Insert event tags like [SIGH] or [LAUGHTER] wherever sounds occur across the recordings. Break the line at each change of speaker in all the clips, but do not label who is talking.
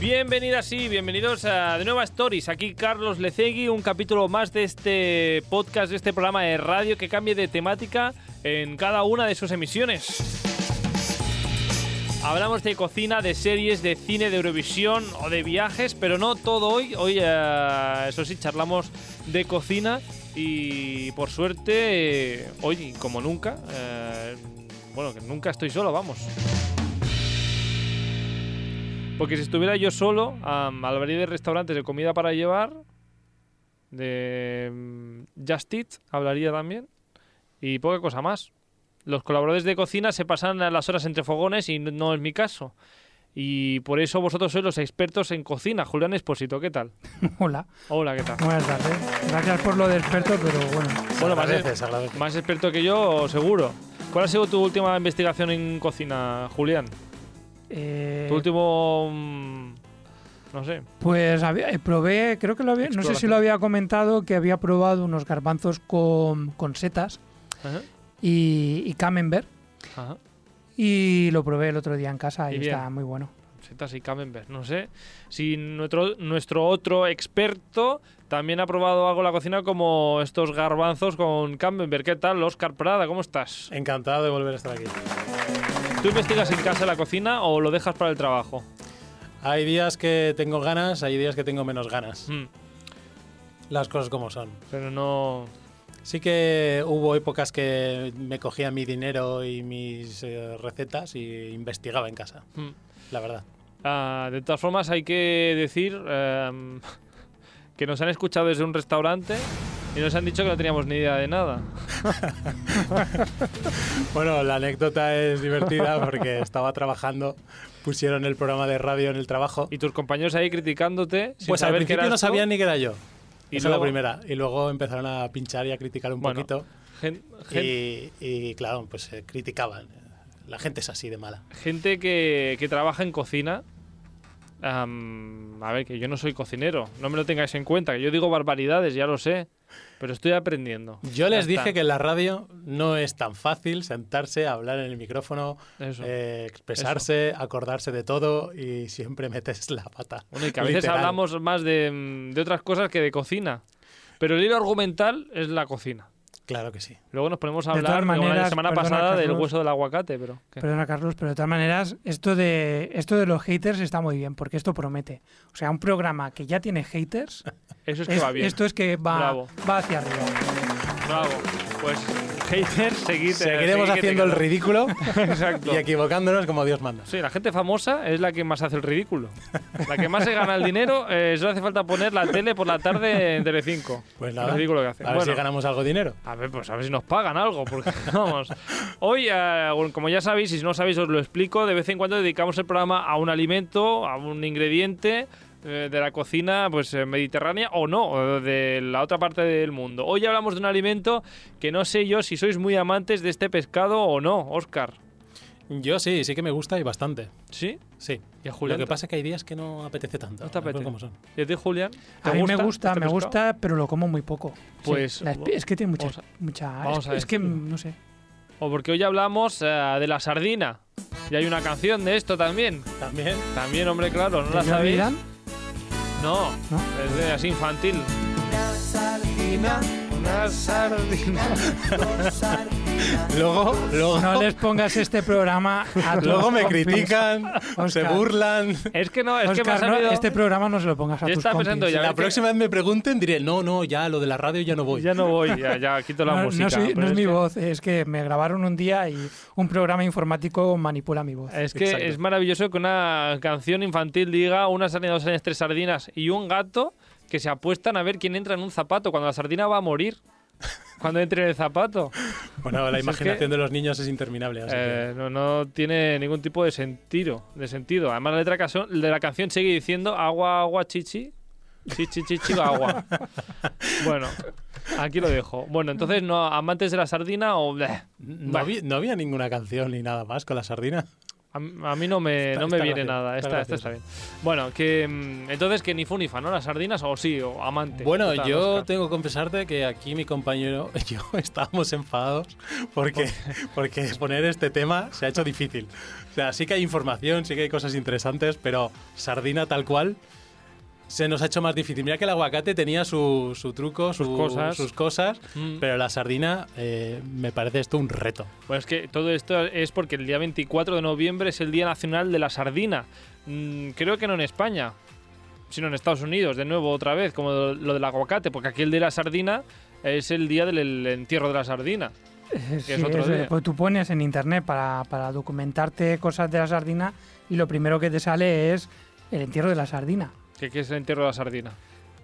Bienvenidas y bienvenidos a de nueva Stories. Aquí Carlos Lecegui, un capítulo más de este podcast, de este programa de radio que cambie de temática en cada una de sus emisiones. Hablamos de cocina, de series, de cine, de Eurovisión o de viajes, pero no todo hoy. Hoy, eh, eso sí, charlamos de cocina y por suerte, eh, hoy como nunca, eh, bueno, que nunca estoy solo, vamos. Porque si estuviera yo solo, am, al abrir de restaurantes de comida para llevar, de mm, Just Eat, hablaría también, y poca cosa más. Los colaboradores de cocina se pasan a las horas entre fogones y no- no es mi caso. Y por eso vosotros sois los expertos en cocina. Julián Espósito, ¿qué tal?
Hola,
Hola, ¿qué tal?
buenas tardes. Gracias por lo de experto, pero bueno.
Bueno, más,
veces, a la vez.
más experto que yo, seguro. ¿Cuál ha sido tu última investigación en cocina, Julián?
eh,
Tu último... mm, No sé.
pues había- eh, probé, creo que lo había, no sé si
Exploración.
lo había comentado, que había probado unos garbanzos con, con setas
Ajá,
y, y camembert.
ajá.
Y lo probé el otro día en casa y,
Y bien.
está muy bueno.
setas y camembert, no sé. Si nuestro, nuestro otro experto también ha probado algo en la cocina como estos garbanzos con camembert. ¿Qué tal, Oscar Prada? ¿Cómo estás?
Encantado de volver a estar aquí.
¿Tú investigas en casa la cocina o lo dejas para el trabajo?
Hay días que tengo ganas, hay días que tengo menos ganas.
Mm,
Las cosas como son.
pero no...
Sí que hubo épocas que me cogía mi dinero y mis eh, recetas y investigaba en casa,
mm.
la verdad.
Ah, de todas formas, hay que decir em, que nos han escuchado desde un restaurante y nos han dicho que no teníamos ni idea de nada.
Bueno, la anécdota es [LAUGHS] divertida porque estaba trabajando, pusieron el programa de radio en el trabajo.
Y tus compañeros ahí criticándote sin
Pues al
saber que
principio
eras
no
tú.
sabían ni que era yo.
Y
Esa es
luego-
la primera. Y luego empezaron a pinchar y a criticar un
Bueno,
poquito.
Gen- gen-
Y, y, claro, pues eh, criticaban. La gente es así de mala.
gente que, que trabaja en cocina. am, a ver, que yo no soy cocinero, no me lo tengáis en cuenta, que yo digo barbaridades, ya lo sé, pero estoy aprendiendo.
Yo les
Ya está.
dije que en la radio no es tan fácil sentarse, hablar en el micrófono,
Eso.
eh, expresarse, acordarse de todo y siempre [LAUGHS] metes la pata.
Bueno, y que a veces
Literal.
hablamos más de, mm, de otras cosas que de cocina, pero el hilo argumental es la cocina.
Claro que sí.
Luego nos ponemos a
De todas
hablar como la
maneras,
semana
perdona,
pasada del
Carlos.
hueso del aguacate, pero... ¿qué?
Perdona, Carlos, pero de todas maneras, esto de, esto de los haters está muy bien, porque esto promete. O sea, un programa que ya tiene haters,
Eso es [LAUGHS] que
es-
va bien.
esto es que va,
Bravo.
va hacia arriba.
Bravo. Pues, haters, seguid. eh,
Seguiremos
seguid que te
haciendo el
quedo.
[LAUGHS] ridículo
[LAUGHS] Exacto.
y equivocándonos como Dios manda.
Sí, la gente famosa es la que más hace el ridículo. La que más se gana el dinero, eh, solo hace falta poner la tele por la tarde en Telecinco.
Pues nada,
El ridículo que hace.
a ver
Bueno,
si ganamos algo de dinero.
a ver, pues a ver si nos pagan algo, porque [LAUGHS] vamos. Hoy, eh, bueno, como ya sabéis, y si no sabéis os lo explico, de vez en cuando dedicamos el programa a un alimento, a un ingrediente eh, de la cocina pues eh, mediterránea o no, o de la otra parte del mundo. Hoy hablamos de un alimento que no sé yo si sois muy amantes de este pescado o no, Oscar.
Yo sí, sí que me gusta y bastante.
¿Sí?
Sí.
¿Y a
Lo
Julián
que
ta-
pasa es que hay días que no apetece tanto.
No te
las cosas
apetece.
como pues, son.
¿Y a ti, Julián? ¿Te
A mí me gusta,
este
me
pescado?
gusta, pero lo como muy poco. Sí,
Pues,
la espi- es que tiene mucha,
vamos
mucha-
vamos
es,
a
es que
ver.
mm, no sé.
O porque hoy hablamos eh, de la sardina. Y hay una canción de esto también.
También.
También, hombre, claro, ¿no la
¿Tenía
sabéis?
Vidal?
No,
¿No?
es de- es infantil. Una sardina,
[LAUGHS] Luego,
[LAUGHS]
luego,
No les pongas este programa a todos.
luego me critican, [LAUGHS] se
Oscar.
burlan.
Es que no, es que me ha
Oscar, no,
salido...
este programa no se lo pongas a
Yo
tus
estaba
compis.
pensando ya,
la
ves que-
próxima vez me pregunten, diré, no, no, ya lo de la radio ya no voy.
Ya no voy, ya, ya quito la
no, no
música.
soy- no
pero
es mi
que-
voz, es que me grabaron un día y un programa informático manipula mi voz.
Es que
Exacto.
es maravilloso que una canción infantil diga una sardina, dos años, tres sardinas y un gato que se apuestan a ver quién entra en un zapato cuando la sardina va a morir. Cuando entre en el zapato.
Bueno, la
Es
imaginación
que-
de los niños es interminable. así que-
Eh, no, no tiene ningún tipo de sentido. De sentido. Además, la letra caso- de la canción sigue diciendo agua, agua, chichi. Chichi, chichi,
[LAUGHS]
agua. bueno, aquí lo dejo. Bueno, entonces, no, amantes de la sardina o... bleh.
no,
Vale.
había, no había ninguna canción ni nada más con la sardina.
A, m- a mí no me,
Está-
no me
está
viene
gracioso,
nada.
está
Esta, esta está bien. Bueno, que mm, entonces que ni fu ni fa, ¿no? Las sardinas o sí, o amante.
Bueno,
Total,
yo
Oscar.
tengo que confesarte que aquí mi compañero [LAUGHS] y yo estábamos enfadados porque,
[LAUGHS]
porque poner este tema se ha hecho difícil. O sea, sí que hay información, sí que hay cosas interesantes, pero sardina tal cual se nos ha hecho más difícil. Mira que el aguacate tenía su, su truco,
Sus
su-
cosas.
sus cosas,
Mm.
pero la sardina eh, me parece esto un reto.
Pues es que todo esto es porque el día 24 de noviembre es el Día Nacional de la Sardina. Mm, creo que no en España, sino en Estados Unidos, de nuevo otra vez, como lo del aguacate, porque aquí el de la sardina es el día del entierro de la sardina.
Eh, sí,
otro
eso,
día.
pues tú pones en internet para, para documentarte cosas de la sardina y lo primero que te sale es el entierro de la sardina.
¿Qué, qué es el entierro de la sardina?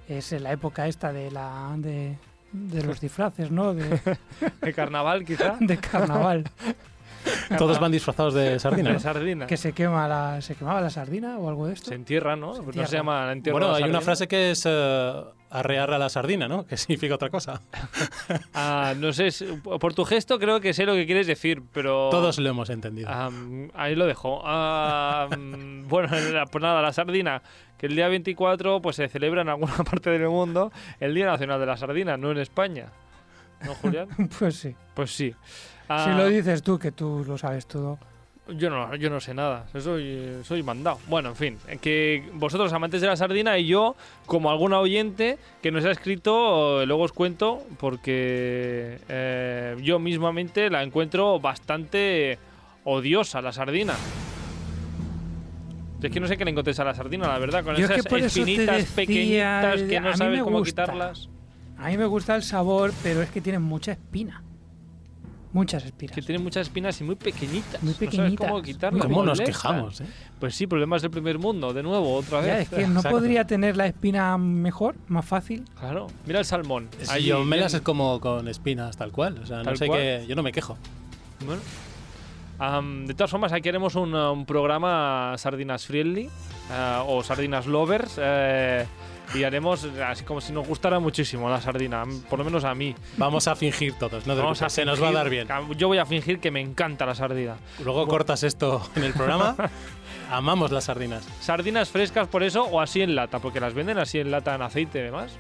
Es la época esta de la de, de los disfraces,
[LAUGHS]
¿no? De,
¿El carnaval
[LAUGHS]
quizá?
de carnaval.
Todos van disfrazados de
La [LAUGHS]
sardina.
sardina.
Que se quema la, se quemaba la sardina o algo de esto.
Se entierra, ¿no?
Se
Pues No se
entierra.
llama entierro de
Bueno,
la
hay una
sardina.
frase que es eh, arrear a la sardina, ¿no? [LAUGHS] Que significa otra cosa.
Ah, no sé, si- por tu gesto creo que sé lo que quieres decir, pero...
Todos lo hemos entendido.
Ah, Am, ahí lo dejo.
[LAUGHS]
Am, bueno, la- pues nada, la sardina, que el día 24 pues se celebra en alguna [LAUGHS] parte del mundo el Día Nacional de la Sardina, no en España. ¿No,
[LAUGHS]
Julián?
[LAUGHS] Pues sí.
Pues sí. Ah,
Si lo dices tú, que tú lo sabes todo.
yo, no, yo no sé nada, soy, soy mandado. Bueno, en fin, eh, que vosotros amantes de la sardina y yo, como alguna oyente que nos ha escrito, eh, luego os cuento, porque eh, yo mismamente la encuentro bastante odiosa, la sardina. Es que no sé qué le encontré a la sardina, la verdad, con
Yo es
esas
que por eso te
espinitas
decía,
pequeñitas que
a
no
mí
sabes
me
cómo
gusta.
quitarlas.
A mí me gusta el sabor, pero es que tiene mucha espina. Muchas espinas.
Que tienen muchas espinas y muy pequeñitas.
Muy
No sabes
pequeñitas.
cómo quitarlas.
¿Cómo nos
molestan.
quejamos? eh?
Pues sí, problemas del primer mundo, de nuevo, otra vez.
Ya, es
[LAUGHS]
que no
Exacto.
podría tener la espina mejor, más fácil.
Claro, mira el salmón.
Sí,
Ahí,
Ah, yo me
bien.
las como con espinas, tal cual. O sea, no
Tal
sé
cual.
qué. Yo no me quejo.
Bueno. Am, de todas formas, aquí haremos un, uh, un programa sardinas friendly ah, o sardinas lovers. eh, y haremos así como si nos gustara muchísimo la sardina, m- por lo menos a mí.
Vamos a fingir todos. No te
Vamos a
preocupes, se nos va a dar bien.
fingir- Yo voy a fingir que me encanta la sardina.
Luego cortas esto en el
[LAUGHS]
programa. Amamos las sardinas.
Sardinas frescas por eso o así en lata, porque las venden así en lata en aceite y demás.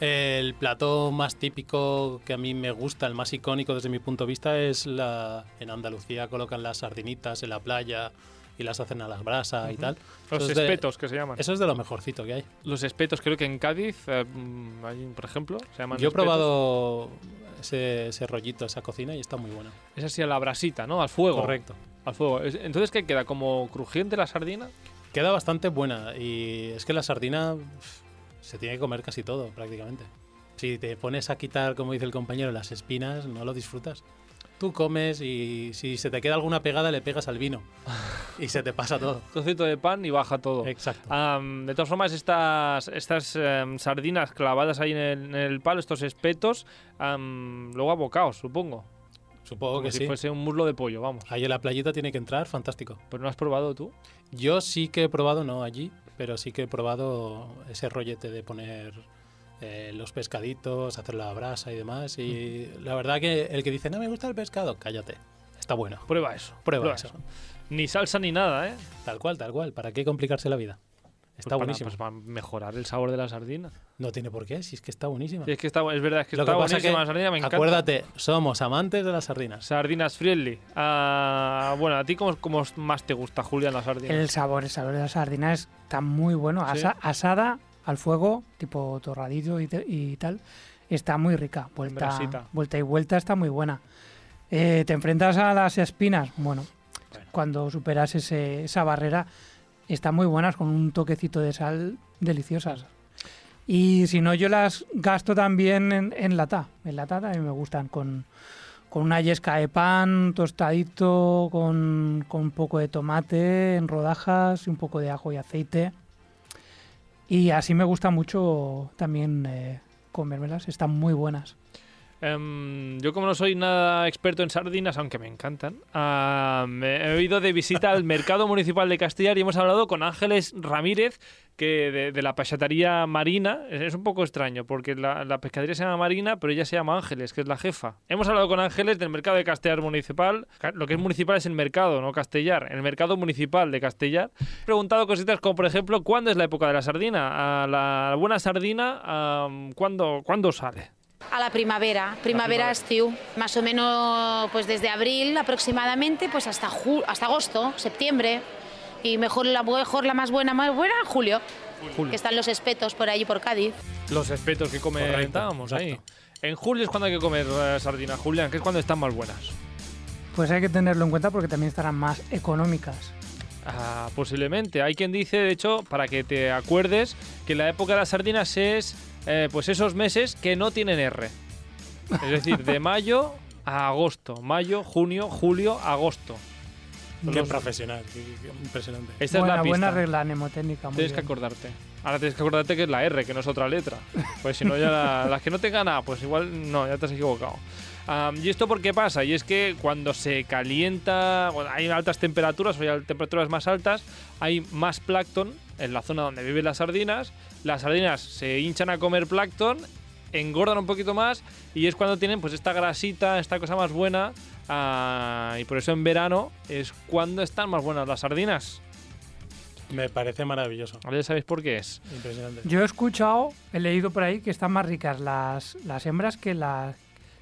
El plato más típico que a mí me gusta, el más icónico desde mi punto de vista, es la. En Andalucía colocan las sardinitas en la playa y las hacen a las brasas y tal.
Los
eso es de-
espetos que se llaman.
Eso es de lo mejorcito que hay.
Los espetos creo que en Cádiz, eh, mm, hay, por ejemplo, se llaman
Yo he
espetos.
probado ese, ese rollito, esa cocina y está muy bueno.
Es así a la brasita, ¿no? Al fuego.
Correcto.
Al fuego. Es- Entonces, ¿qué queda? ¿Como crujiente la sardina?
Queda bastante buena y es que la sardina pf, se tiene que comer casi todo prácticamente. Si te pones a quitar, como dice el compañero, las espinas, no lo disfrutas. Tú comes y si se te queda alguna pegada le pegas
[LAUGHS]
al vino y se te pasa todo.
Trocito de pan y baja todo.
Exacto.
Am, de todas formas, estas, estas em, sardinas clavadas ahí en el, en el palo, estos espetos, am, luego abocados, supongo.
Supongo
Como
que
si
sí.
fuese un muslo de pollo, vamos.
Ahí en la playita tiene que entrar, fantástico.
Pero no has probado tú.
Yo sí que he probado, no allí, pero sí que he probado ese rollete de poner eh, los pescaditos, hacer la brasa y demás. Y la verdad que el que dice, no me gusta el pescado, cállate. Está bueno.
Prueba eso.
Prueba eso.
Ni salsa ni nada, ¿eh?
Tal cual, tal cual. ¿Para qué complicarse la vida?
Pues
Está
para-
buenísimo.
pues para mejorar el sabor de la
[LAUGHS]
sardina.
no tiene por qué, si es que está buenísima.
Y es que está, es verdad, es que
Lo que
está
pasa
buenísima
que,
la sardina, me encanta.
acuérdate, somos amantes de las sardinas.
Sardinas friendly. Ah, bueno, ¿a ti cómo, cómo más te gusta, Julián, la sardina?
El sabor, el sabor de la sardina es- está muy bueno. Asa-
Sí.
Asada al fuego, tipo torradito y, te- y tal, está muy rica. Vuelta,
brasita.
vuelta y vuelta está muy buena. Eh, ¿Te enfrentas a las espinas? Bueno, cuando superas ese- esa barrera, están muy buenas con un toquecito de sal deliciosas. Y si no, yo las gasto también en, en lata. En lata también me gustan con, con una yesca de pan tostadito, con, con un poco de tomate en rodajas y un poco de ajo y aceite. Y así me gusta mucho también eh, comérmelas, están muy buenas.
Em, yo como no soy nada experto en sardinas, aunque me encantan, ah, me he ido de visita al mercado municipal de Castellar y hemos hablado con Ángeles Ramírez, que de, de la pescadería Marina. Es, es un poco extraño, porque la, la pescadería se llama Marina, pero ella se llama Ángeles, que es la jefa. Hemos hablado con Ángeles del mercado de Castellar municipal. Ca- Lo que es municipal es el mercado, no Castellar. El mercado municipal de Castellar. He preguntado cositas como, por ejemplo, ¿cuándo es la época de la sardina? A la buena sardina, ah, ¿cuándo, ¿cuándo sale?
A la primavera, primavera
primavera.
estiu, más o menos pues desde abril aproximadamente pues hasta ju- hasta agosto, septiembre y mejor la mejor la más buena más buena julio,
Julio.
que están los espetos por allí por Cádiz.
Los espetos que comentábamos
Correcto,
ahí.
exacto.
En julio es cuando hay que comer eh, sardinas, Julián, que es cuando están más buenas.
Pues hay que tenerlo en cuenta porque también estarán más económicas.
Ah, posiblemente. Hay quien dice, de hecho, para que te acuerdes, que la época de las sardinas es eh, pues esos meses que no tienen R. Es decir, de [LAUGHS] mayo a agosto. Mayo, junio, julio, agosto.
Qué
Los-
profesional, qué- qué- qué impresionante.
Esta
buena,
es la pista.
buena regla mnemotécnica. Muy
Tienes que
bien.
acordarte. Ahora tienes que acordarte que es la R, que no es otra letra. Pues si no, ya la- las que no tengan A, pues igual no, ya te has equivocado. Am, ¿Y esto por qué pasa? Y es que cuando se calienta, cuando hay altas temperaturas o hay al- temperaturas más altas, hay más plancton en la zona donde viven las sardinas. Las sardinas se hinchan a comer plancton, engordan un poquito más y es cuando tienen pues esta grasita, esta cosa más buena. ah, y por eso en verano es cuando están más buenas las sardinas.
Me parece maravilloso.
Ahora ya sabéis por qué es.
Impresionante.
Yo he escuchado, he leído por ahí que están más ricas las, las hembras que las,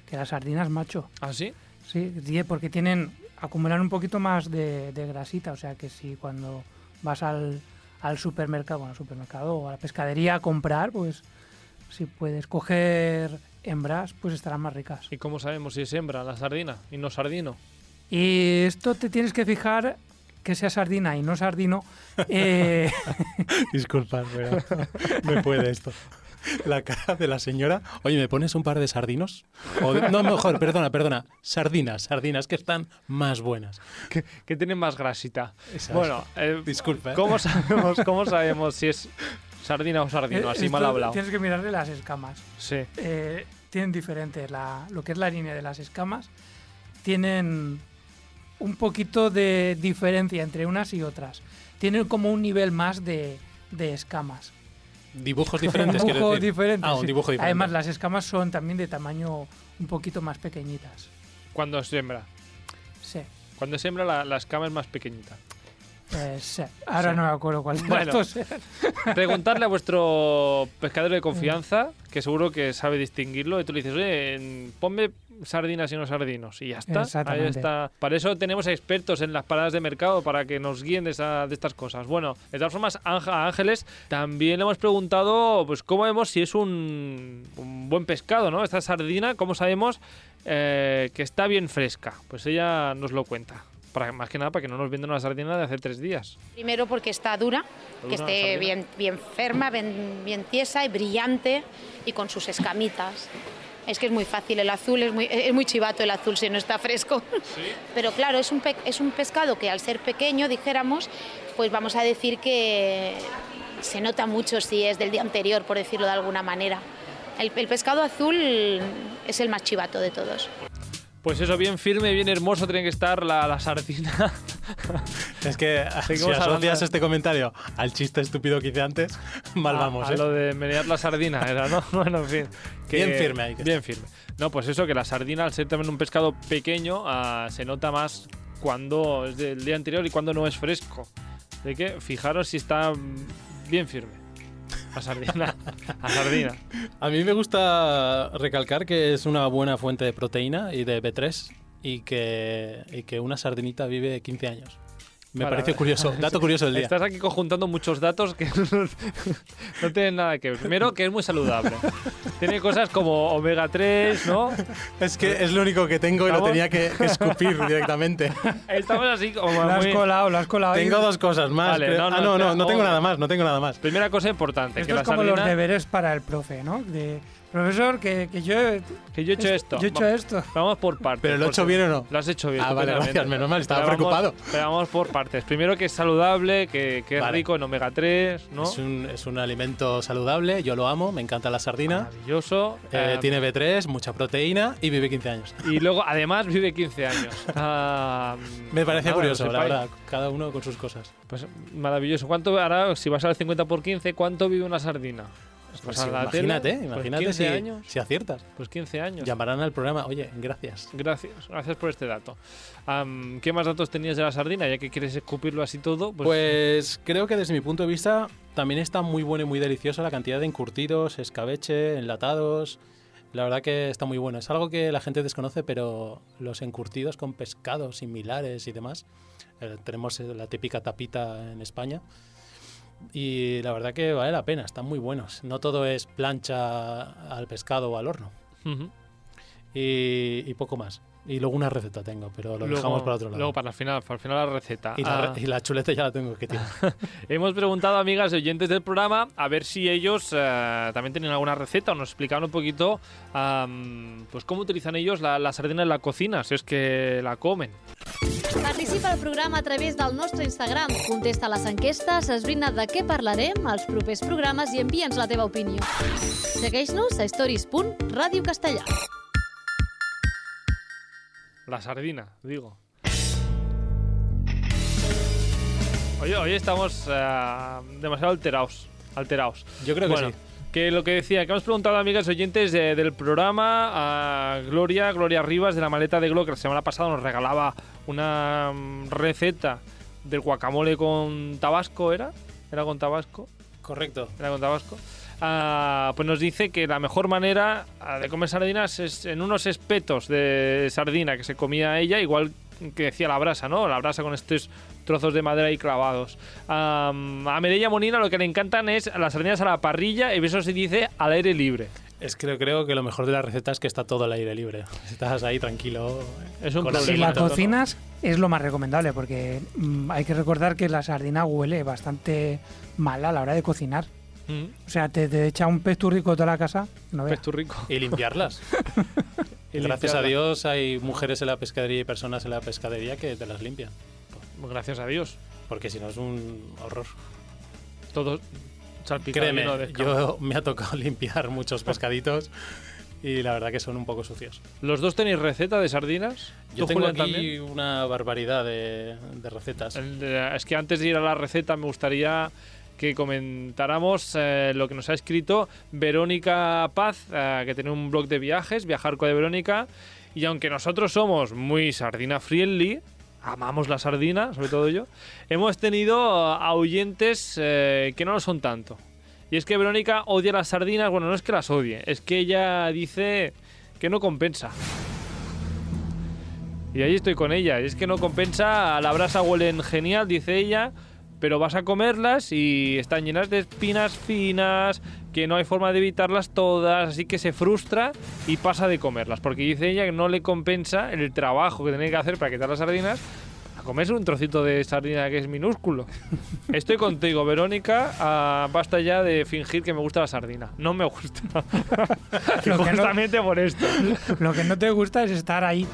que las sardinas macho.
¿Ah, sí?
Sí, die- porque tienen acumulan un poquito más de, de grasita, o sea que si cuando vas al, al supermercado, bueno, al supermercado o a la pescadería a comprar, pues si puedes coger hembras, pues estarán más ricas.
¿Y cómo sabemos si es hembra la sardina y no sardino?
Y esto te tienes que fijar que sea sardina y no
[LAUGHS]
sardino. eh,
Disculpad, pero me puede esto. La cara de la señora. Oye, ¿me pones un par de sardinos? O- no, mejor, perdona, perdona. Sardinas, sardinas, que están más buenas.
Que tiene más grasita.
Esas.
Bueno, eh,
Disculpa. ¿eh?
¿cómo sabemos, ¿cómo sabemos si es sardina o sardino? Así
esto
mal hablado.
Tienes que mirarle las escamas.
Sí.
eh, tienen diferente la, lo que es la línea de las escamas. Tienen un poquito de diferencia entre unas y otras. Tienen como un nivel más de, de escamas.
Dibujos diferentes,
un
quiero
dibujo
decir.
diferente.
Ah, un
sí.
dibujo diferente.
Además, las escamas son también de tamaño un poquito más pequeñitas.
Cuando es hembra.
Sí,
Cuando es hembra, la, la escama es más pequeñita.
eh, sí. Ahora
Sí.
no me acuerdo cuál [LAUGHS] de
Bueno.
las dos
pues
es.
Preguntarle a vuestro pescadero de confianza, que seguro que sabe distinguirlo, y tú le dices, oye, en- ponme sardinas y no sardinos. Y ya está. Ahí
Exactamente.
está. Para eso tenemos expertos en las paradas de mercado, para que nos guíen de, esa- de estas cosas. Bueno, de todas formas, Áng- a Ángeles también le hemos preguntado, pues, cómo vemos si es un, un buen pescado, ¿no? Esta sardina, ¿cómo sabemos eh, que está bien fresca? Pues ella nos lo cuenta. Para, más que nada para que no nos venden una sardina de hace tres días.
Primero porque está dura,
Dura
que
la
esté
sardina.
bien, bien ferma, bien, bien tiesa y brillante y con sus escamitas. Es que es muy fácil el azul, es muy, es muy chivato el azul si no está fresco. [LAUGHS] Pero claro, es un, pe- es un pescado que al ser pequeño, dijéramos, pues vamos a decir que se nota mucho si es del día anterior, por decirlo de alguna manera. El, el pescado azul es el más chivato de todos.
Pues eso, bien firme, bien hermoso tiene que estar la, la sardina.
Es que si
Seguimos
asocias
hablando.
este comentario al chiste estúpido que
[LAUGHS]
hice antes, [LAUGHS] mal
A-
vamos,
Ah, a
¿eh?
lo de menear la sardina, era, ¿no? [LAUGHS] Bueno, en fin.
Bien firme hay que
Bien firme. No, pues eso, que la sardina, al ser también un pescado pequeño, ah, se nota más cuando es del día anterior y cuando no es fresco. De que fijaros si está mm, bien firme. A sardina. [LAUGHS] a sardina.
A mí me gusta recalcar que es una buena fuente de proteína y de B3 y que, y que una sardinita vive 15 años. Me
Vale,
parece
vale.
curioso,
[LAUGHS]
dato curioso del día.
Estás aquí conjuntando muchos datos que [LAUGHS] no, no tienen nada que ver. Primero, que es muy saludable. Tiene cosas como omega 3, ¿no?
Es que es lo único que tengo y lo
¿Estamos?
tenía que,
[LAUGHS]
que escupir directamente.
Estamos así como
Lo has
muy-
colado, lo has colado. ahí.
tengo dos cosas más.
Vale,
creo.
no, no,
ah, no, no,
espera,
no tengo
oh.
nada más, no tengo nada más.
Primera cosa importante, que
Esto
la
es como
sardina...
los deberes para el profe, ¿no? De Profesor, que, que yo he,
Que yo he hecho esto.
Yo he hecho
Va-
esto.
Vamos por partes.
¿Pero lo he
porque-
hecho bien o no?
Lo has hecho bien.
Ah, vale,
estupendamente.
gracias, menos mal, estaba
Pero vamos-
preocupado.
pero vamos por partes. Primero que es saludable, que, que es
Vale.
rico en omega 3, ¿no?
Es, un, es un alimento saludable, yo lo amo, me encanta la sardina.
Maravilloso.
Eh,
Ah,
tiene B3, mucha proteína y vive 15 años.
Y luego, además, vive 15
[LAUGHS]
años. Ah,
Me parece
nada,
curioso,
lo
la
sepáis.
verdad, cada uno con sus cosas.
Pues maravilloso. ¿Cuánto ahora, si vas al 50 por 15, cuánto vive una sardina?
Pues
a la tele,
imagínate,
pues
imagínate
15
si,
años.
si aciertas.
Pues 15 años.
Llamarán al programa, oye, gracias.
Gracias, gracias por este dato. Am, ¿Qué más datos tenías de la sardina? Ya que quieres escupirlo así todo, pues,
Pues, creo que desde mi punto de vista también está muy buena y muy deliciosa la cantidad de encurtidos, escabeche, enlatados. La verdad que está muy bueno. Es algo que la gente desconoce, pero los encurtidos con pescados similares y demás. eh, tenemos eh, la típica tapita en España. Y la verdad que vale la pena, están muy buenos. No todo es plancha al pescado o al horno.
ujú.
Y, y poco más. Y luego una receta tengo, pero lo
Luego-
dejamos para otro lado.
Luego para el final, para el final la receta.
y, la,
Ah,
re- [LAUGHS] y la chuleta ya la tengo
[LAUGHS]
que tirar.
Hemos preguntado a amigas y oyentes del programa a ver si ellos eh, también tienen alguna receta o nos explicaron un poquito am, pues cómo utilizan ellos la, la sardina en la cocina, si es que la comen.
Participa al programa a través del nostre Instagram. Contesta les enquestes, esbrina de què parlarem als propers programes i envia'ns la teva opinió. Segueix-nos a stories.radiocastellà.
La sardina, digo. Oye, hoy estamos eh, demasiado alterados. alterados.
Yo creo que
bueno,
sí.
Que lo que decía, que hemos preguntado a amigas oyentes de- del programa a Gloria, Gloria Rivas de la maleta de Glo, que la semana pasada nos regalaba una mm, receta del guacamole con tabasco, ¿era? ¿Era con tabasco?
Correcto.
Era con tabasco. Ah, pues nos dice que la mejor manera ah, de comer sardinas es en unos espetos de sardina que se comía ella, igual que decía la brasa, ¿no? La brasa con estos trozos de madera ahí clavados. Am, a Merella Molina lo que le encantan es las sardinas a la parrilla y eso se dice al aire libre.
Es que creo que lo mejor de la receta es que está todo al aire libre. Estás ahí tranquilo.
Es un
con
problema.
Si
Problema.
la
alimento.
cocinas es lo más recomendable porque mm, hay que recordar que la sardina huele bastante mal a la hora de cocinar.
Mm,
O sea, te, te echa un pesturrico toda la casa. No veas.
Pues tú rico.
Y limpiarlas.
[LAUGHS] Y
Gracias
limpiarla.
a Dios hay mujeres en la pescadería y personas en la pescadería que te las limpian.
Gracias a Dios.
Porque si no es un horror.
Todos salpicados.
Créeme,
lleno de escamas.
yo me ha tocado [LAUGHS] limpiar muchos pescaditos y la verdad que son un poco sucios.
¿Los dos tenéis receta de sardinas?
Yo
¿Tú,
tengo
Julián,
aquí
también? Eh,
una barbaridad de, de recetas.
El de- Es que antes de ir a la receta me gustaría que comentáramos eh, lo que nos ha escrito Verónica Paz, eh, que tiene un blog de viajes, Viajarco de Verónica, y aunque nosotros somos muy sardina friendly, amamos la sardina, sobre todo yo, hemos tenido a oyentes eh, que no lo son tanto. Y es que Verónica odia las sardinas, bueno, no es que las odie, es que ella dice que no compensa. Y ahí estoy con ella. Es que no compensa, a la brasa huelen genial, dice ella, pero vas a comerlas y están llenas de espinas finas, que no hay forma de evitarlas todas, así que se frustra y pasa de comerlas, porque dice ella que no le compensa el trabajo que tiene que hacer para quitar las sardinas. A comerse un trocito de sardina que es
[LAUGHS]
minúsculo. Estoy contigo, Verónica. ah, basta ya de fingir que me gusta la sardina. No me gusta.
[LAUGHS] Lo que no-
Justamente por
[LAUGHS]
esto.
Lo que no te gusta es estar ahí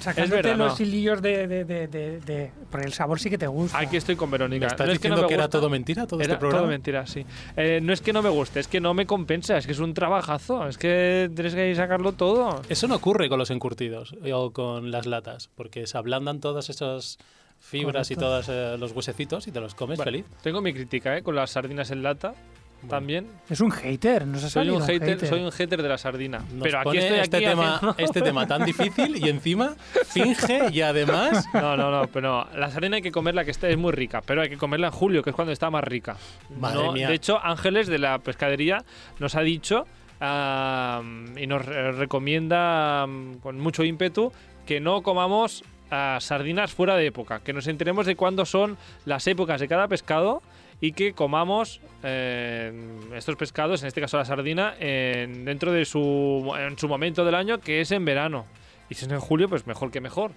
sacándote
verdad,
los
no.
hilillos de, de, de, de- de- Porque el sabor sí que te gusta.
Aquí estoy con
¿Me
Verónica.
estás
No es que, no
diciendo
me
que, era
gusta.
todo mentira todo
Era
este programa?
todo mentira, sí. Eh, no es que no me guste, es que no me compensa, es que es un trabajazo, es que tienes que ir a sacarlo todo.
Eso no ocurre con los encurtidos eh, o con las latas, porque se ablandan todas esas fibras y
Correcto.
todos los huesecitos y te los comes
Bueno,
feliz.
Tengo mi crítica, ¿eh? Con las sardinas en lata también.
Es un hater, no se
Soy
salido
un, hater, soy un hater de la sardina.
Nos
pero aquí
pone
estoy
este,
aquí
tema,
haciendo-
este tema tan difícil
[LAUGHS]
y encima finge y además
No, no, no, pero no. La sardina hay que comerla que está, es muy rica, pero hay que comerla en julio, que es cuando está más rica.
Madre
No,
mía.
De hecho, Ángeles de la pescadería nos ha dicho am, y nos re- recomienda am, con mucho ímpetu que no comamos ah, sardinas fuera de época, que nos enteremos de cuándo son las épocas de cada pescado y que comamos eh, estos pescados, en este caso la sardina, en- dentro de su, en su momento del año, que es en verano. Y si es en julio, pues mejor que mejor.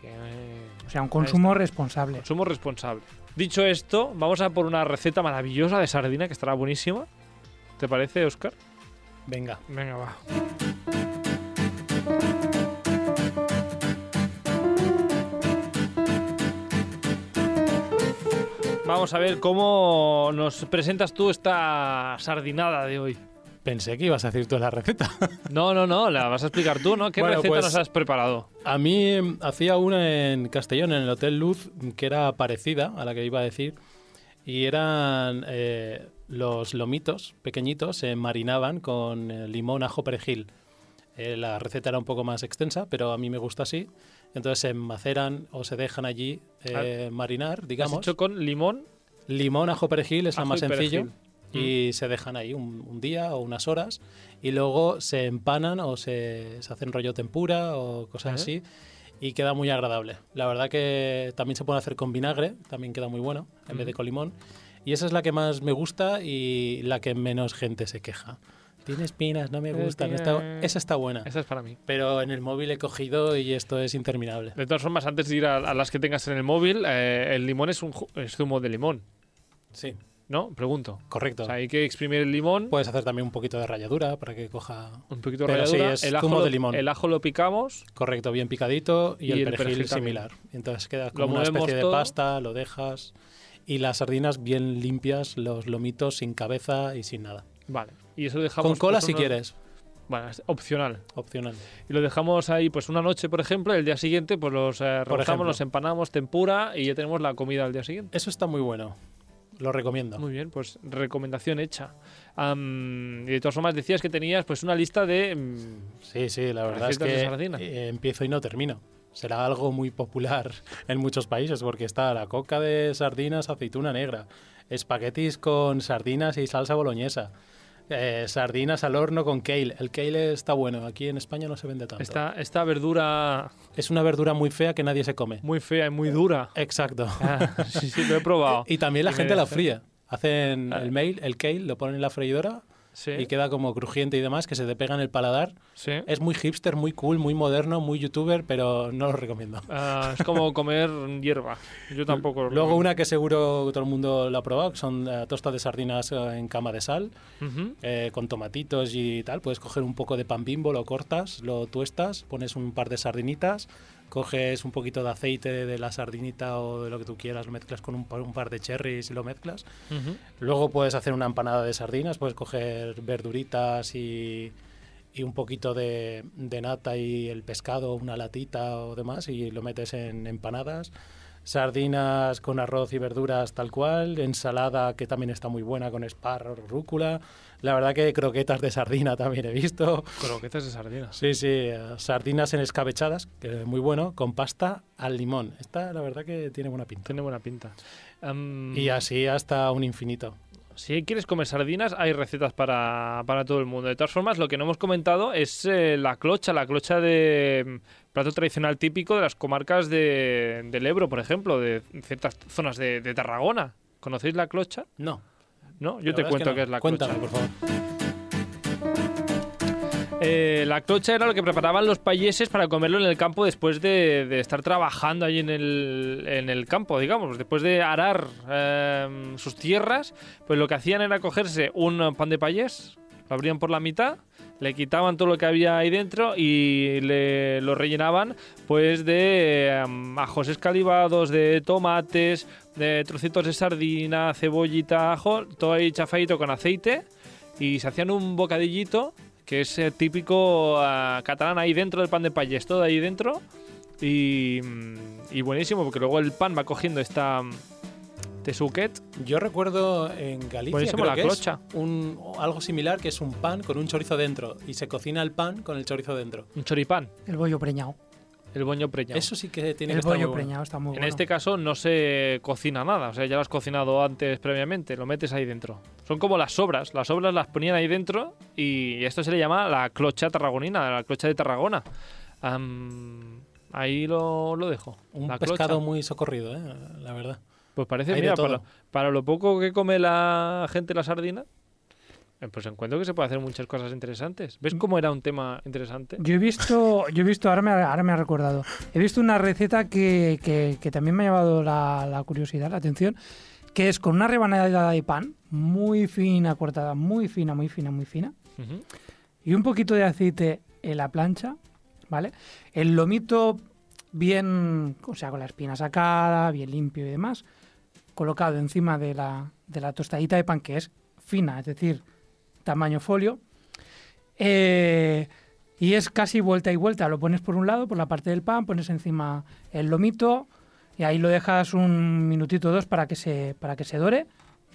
Que, eh,
O sea, un consumo responsable.
Consumo responsable. Dicho esto, vamos a por una receta maravillosa de sardina que estará buenísima. ¿Te parece, Oscar?
Venga.
Venga, va. Vamos a ver cómo nos presentas tú esta sardinada de hoy.
Pensé que ibas a decir tú la receta.
No, no, no, la vas a explicar tú, ¿no? ¿Qué
Bueno,
receta
pues-
nos has preparado?
A mí em, hacía una en Castellón, en el Hotel Luz, que era parecida a la que iba a decir. Y eran eh, los lomitos pequeñitos, se marinaban con eh, limón, ajo, perejil. Eh, la receta era un poco más extensa, pero a mí me gusta así. Entonces se maceran o se dejan allí eh, marinar,
Ah, Has
digamos.
hecho con limón.
Limón, ajo, perejil es la
Ajo
más
y perejil. Mm.
sencillo. Y se dejan ahí un, un día o unas horas. Y luego se empanan o se, se hacen rollo tempura o
Ajá.
cosas así. Y queda muy agradable. La verdad que también se puede hacer con vinagre, también queda muy bueno, en
Mm.
vez de con limón. Y esa es la que más me gusta y la que menos gente se queja. Tiene espinas, no me
Tiene
gusta. no está-
espinas.
Esa está buena.
Esa es para mí.
Pero en el móvil he cogido y esto es interminable.
De todas formas, antes de ir a, a las que tengas en el móvil, eh, el limón es un ju- es zumo de limón,
Sí,
¿no? Pregunto.
correcto.
O sea, hay que exprimir el limón,
Puedes hacer también un poquito de ralladura para que coja
un poquito de
pero sí,
ralladura,
es
el, ajo
zumo
lo,
de limón.
el ajo lo picamos,
Correcto, bien picadito y,
Y
el,
el
perejil,
perejil también.
similar. Entonces queda
Lo
como una
movemos
especie de
todo.
pasta, lo dejas. Y las sardinas bien limpias, los lomitos sin cabeza y sin nada.
vale. Y eso lo dejamos
Con cola
pues,
si
unos-
quieres,
Bueno, es opcional.
opcional.
Y lo dejamos ahí pues una noche, por ejemplo, y el día siguiente pues los eh,
Por
rebozamos,
ejemplo.
los empanamos, tempura y ya tenemos la comida al día siguiente.
Eso está muy bueno, lo recomiendo.
Muy bien, pues recomendación hecha. Am, y de todas formas decías que tenías pues una lista de... mm,
Sí, sí, la verdad es
Recetas de
que
sardina.
eh, empiezo y no termino. Será algo muy popular [LAUGHS] en muchos países porque está la coca de sardinas, aceituna negra, espaguetis con sardinas y salsa boloñesa, eh, sardinas al horno con kale. El kale está bueno, aquí en España no se vende tanto.
esta, esta verdura
Es una verdura muy fea que nadie se come.
muy fea y muy dura.
Exacto.
[LAUGHS] Ah, sí, sí, lo he probado.
Y también la
Y
gente
merece.
la fría. Hacen
Ah.
el mail, el kale, lo ponen en la freidora
Sí,
y queda como crujiente y demás, que se te pega en el paladar.
sí.
Es muy hipster, muy cool, muy moderno, muy youtuber, pero no lo recomiendo.
Ah, es como comer hierba. Yo tampoco. lo
Luego una que seguro todo el mundo la ha probado, que son eh, tostas de sardinas eh, en cama de sal,
Ujú.
eh, con tomatitos y tal. Puedes coger un poco de pan bimbo, lo cortas, lo tuestas, pones un par de sardinitas, coges un poquito de aceite de la sardinita o de lo que tú quieras, lo mezclas con un par, un par de cherries y lo mezclas.
Ujú.
Luego puedes hacer una empanada de sardinas, puedes coger verduritas y, y un poquito de, de nata y el pescado, una latita o demás, y lo metes en empanadas. Sardinas con arroz y verduras tal cual, ensalada que también está muy buena con espárragos, rúcula. La verdad que croquetas de sardina también he visto.
Croquetas de sardinas.
Sí, sí, eh, sardinas en escabechadas, que es muy bueno, con pasta al limón. Esta la verdad que tiene buena pinta.
Tiene buena pinta. Am,
Y así hasta un infinito.
Si quieres comer sardinas, hay recetas para, para todo el mundo. De todas formas, lo que no hemos comentado es eh, la clocha, la clocha de mm, plato tradicional típico de las comarcas de- del Ebro, por ejemplo, de ciertas zonas de, de Tarragona. ¿Conocéis la clocha?
No,
¿No? Yo
La
te
verdad
cuento
no.
qué es la
Cuéntame,
clocha.
por favor.
Eh, la clocha era lo que preparaban los payeses para comerlo en el campo después de, de estar trabajando allí en el, en el campo, digamos, después de arar eh, sus tierras, pues lo que hacían era cogerse un eh, pan de payés, lo abrían por la mitad, le quitaban todo lo que había ahí dentro y le, lo rellenaban pues de eh, ajos escalivados, de tomates, de trocitos de sardina, cebollita, ajo, todo ahí chafadito con aceite y se hacían un bocadillito que es eh, típico ah, catalán ahí dentro del pan de payés, todo ahí dentro. Y, mm, y buenísimo, porque luego el pan va cogiendo esta mm, tesuquet.
Yo recuerdo en Galicia
Buenísimo,
creo
la
que es
clocha.
un- algo similar que es un pan con un chorizo dentro y se cocina el pan con el chorizo dentro.
Un choripán,
El bollo preñado.
el boño preñado.
Eso sí que tiene
el
que estar muy
bollo
bueno.
preñado está muy
en
bueno.
este caso no se cocina nada, o sea, ya lo has cocinado antes previamente, lo metes ahí dentro. Son como las sobras, las sobras las ponían ahí dentro y esto se le llama la clocha tarragonina, la clocha de Tarragona. Am, ahí lo, lo dejo.
Un
la clocha.
pescado muy socorrido, ¿eh? la verdad.
Pues parece,
Hay de
mira,
todo.
para, para lo poco que come la gente la sardina, eh, pues encuentro que se puede hacer muchas cosas interesantes. ¿Ves cómo era un tema interesante?
Yo he visto, yo he visto ahora, me, ha- ahora me ha recordado, he visto una receta que, que- que también me ha llevado la, la curiosidad, la atención, que es con una rebanada de pan muy fina, cortada, muy fina, muy fina, muy fina,
Ujú.
y un poquito de aceite en la plancha, ¿vale? El lomito bien, o sea, con la espina sacada, bien limpio y demás, colocado encima de la, de la tostadita de pan que es fina, es decir, tamaño folio. Eh, y es casi vuelta y vuelta. Lo pones por un lado, por la parte del pan, pones encima el lomito y ahí lo dejas un minutito o dos para que se, para que se dore.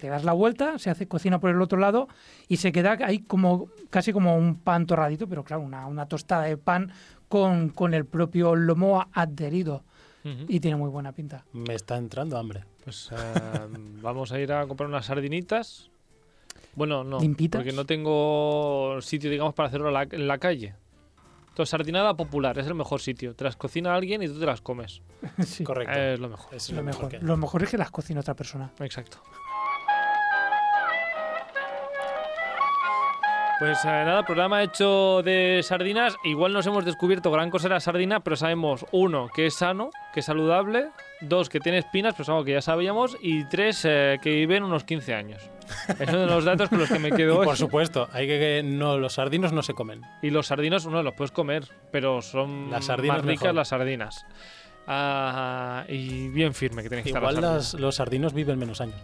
Le das la vuelta, se hace cocina por el otro lado y se queda ahí como casi como un pan torradito, pero claro, una, una tostada de pan con, con el propio lomo a- adherido.
Ujú.
Y tiene muy buena pinta. [LAUGHS]
Me está entrando hambre.
Pues ah, vamos a ir a comprar unas sardinitas. Bueno, no,
¿Limpitas?
porque no tengo sitio, digamos, para hacerlo a la- en la calle. Entonces, sardinada popular es el mejor sitio. Te las cocina alguien y tú te las comes.
Sí,
Correcto.
Es lo mejor.
es
lo mejor.
que-
Lo mejor es que las cocina otra persona.
Exacto. Pues eh, nada, programa hecho de sardinas. Igual nos hemos descubierto gran cosa de la sardina, pero sabemos, uno, que es sano, que es saludable, dos, que tiene espinas, pero es algo que ya sabíamos, y tres, eh, que viven unos 15
[LAUGHS]
años. Es uno de los datos con los que me
Y
quedo hoy.
por supuesto, hay que, que- no, los sardinos no se comen.
Y los sardinos, uno los puedes comer, pero son
Las sardinas
más ricas
mejor.
las sardinas. Ah, y bien firme que tienes que estar
Igual
la sardina.
las- los sardinos viven menos años.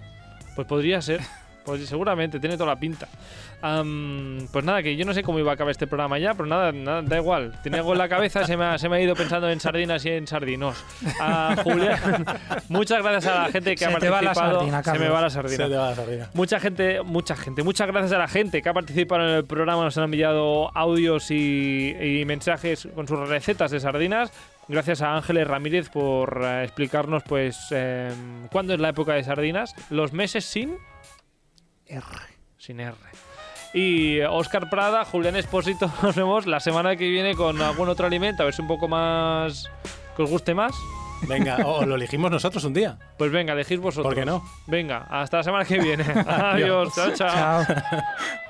Pues podría ser. Pues seguramente, tiene toda la pinta. Am, pues nada, que yo no sé cómo iba a acabar este programa ya, pero nada, nada, da igual. Tenía algo en la cabeza, se me, ha, se me ha ido pensando en sardinas y en sardinos. Ah, Julián, [LAUGHS] muchas gracias a la gente que
Se
ha
te va la
participado.
sardina,
se me
Carlos.
va la
Se
sardina.
te va la sardina.
Mucha gente, mucha gente, muchas gracias a la gente que ha participado en el programa, nos han enviado audios y, y mensajes con sus recetas de sardinas. Gracias a Ángeles Ramírez por eh, explicarnos pues eh, cuándo es la época de sardinas, los meses sin
Err.
sin R. Y Oscar Prada, Julián Espósito, [LAUGHS] nos vemos la semana que viene con algún otro alimento, a ver si un poco más que os guste más.
Venga, o lo elegimos nosotros un día.
Pues venga, elegís vosotros.
¿Por qué no? Ah.
Venga, hasta la semana que viene. Adiós, chao. chao.
Chao.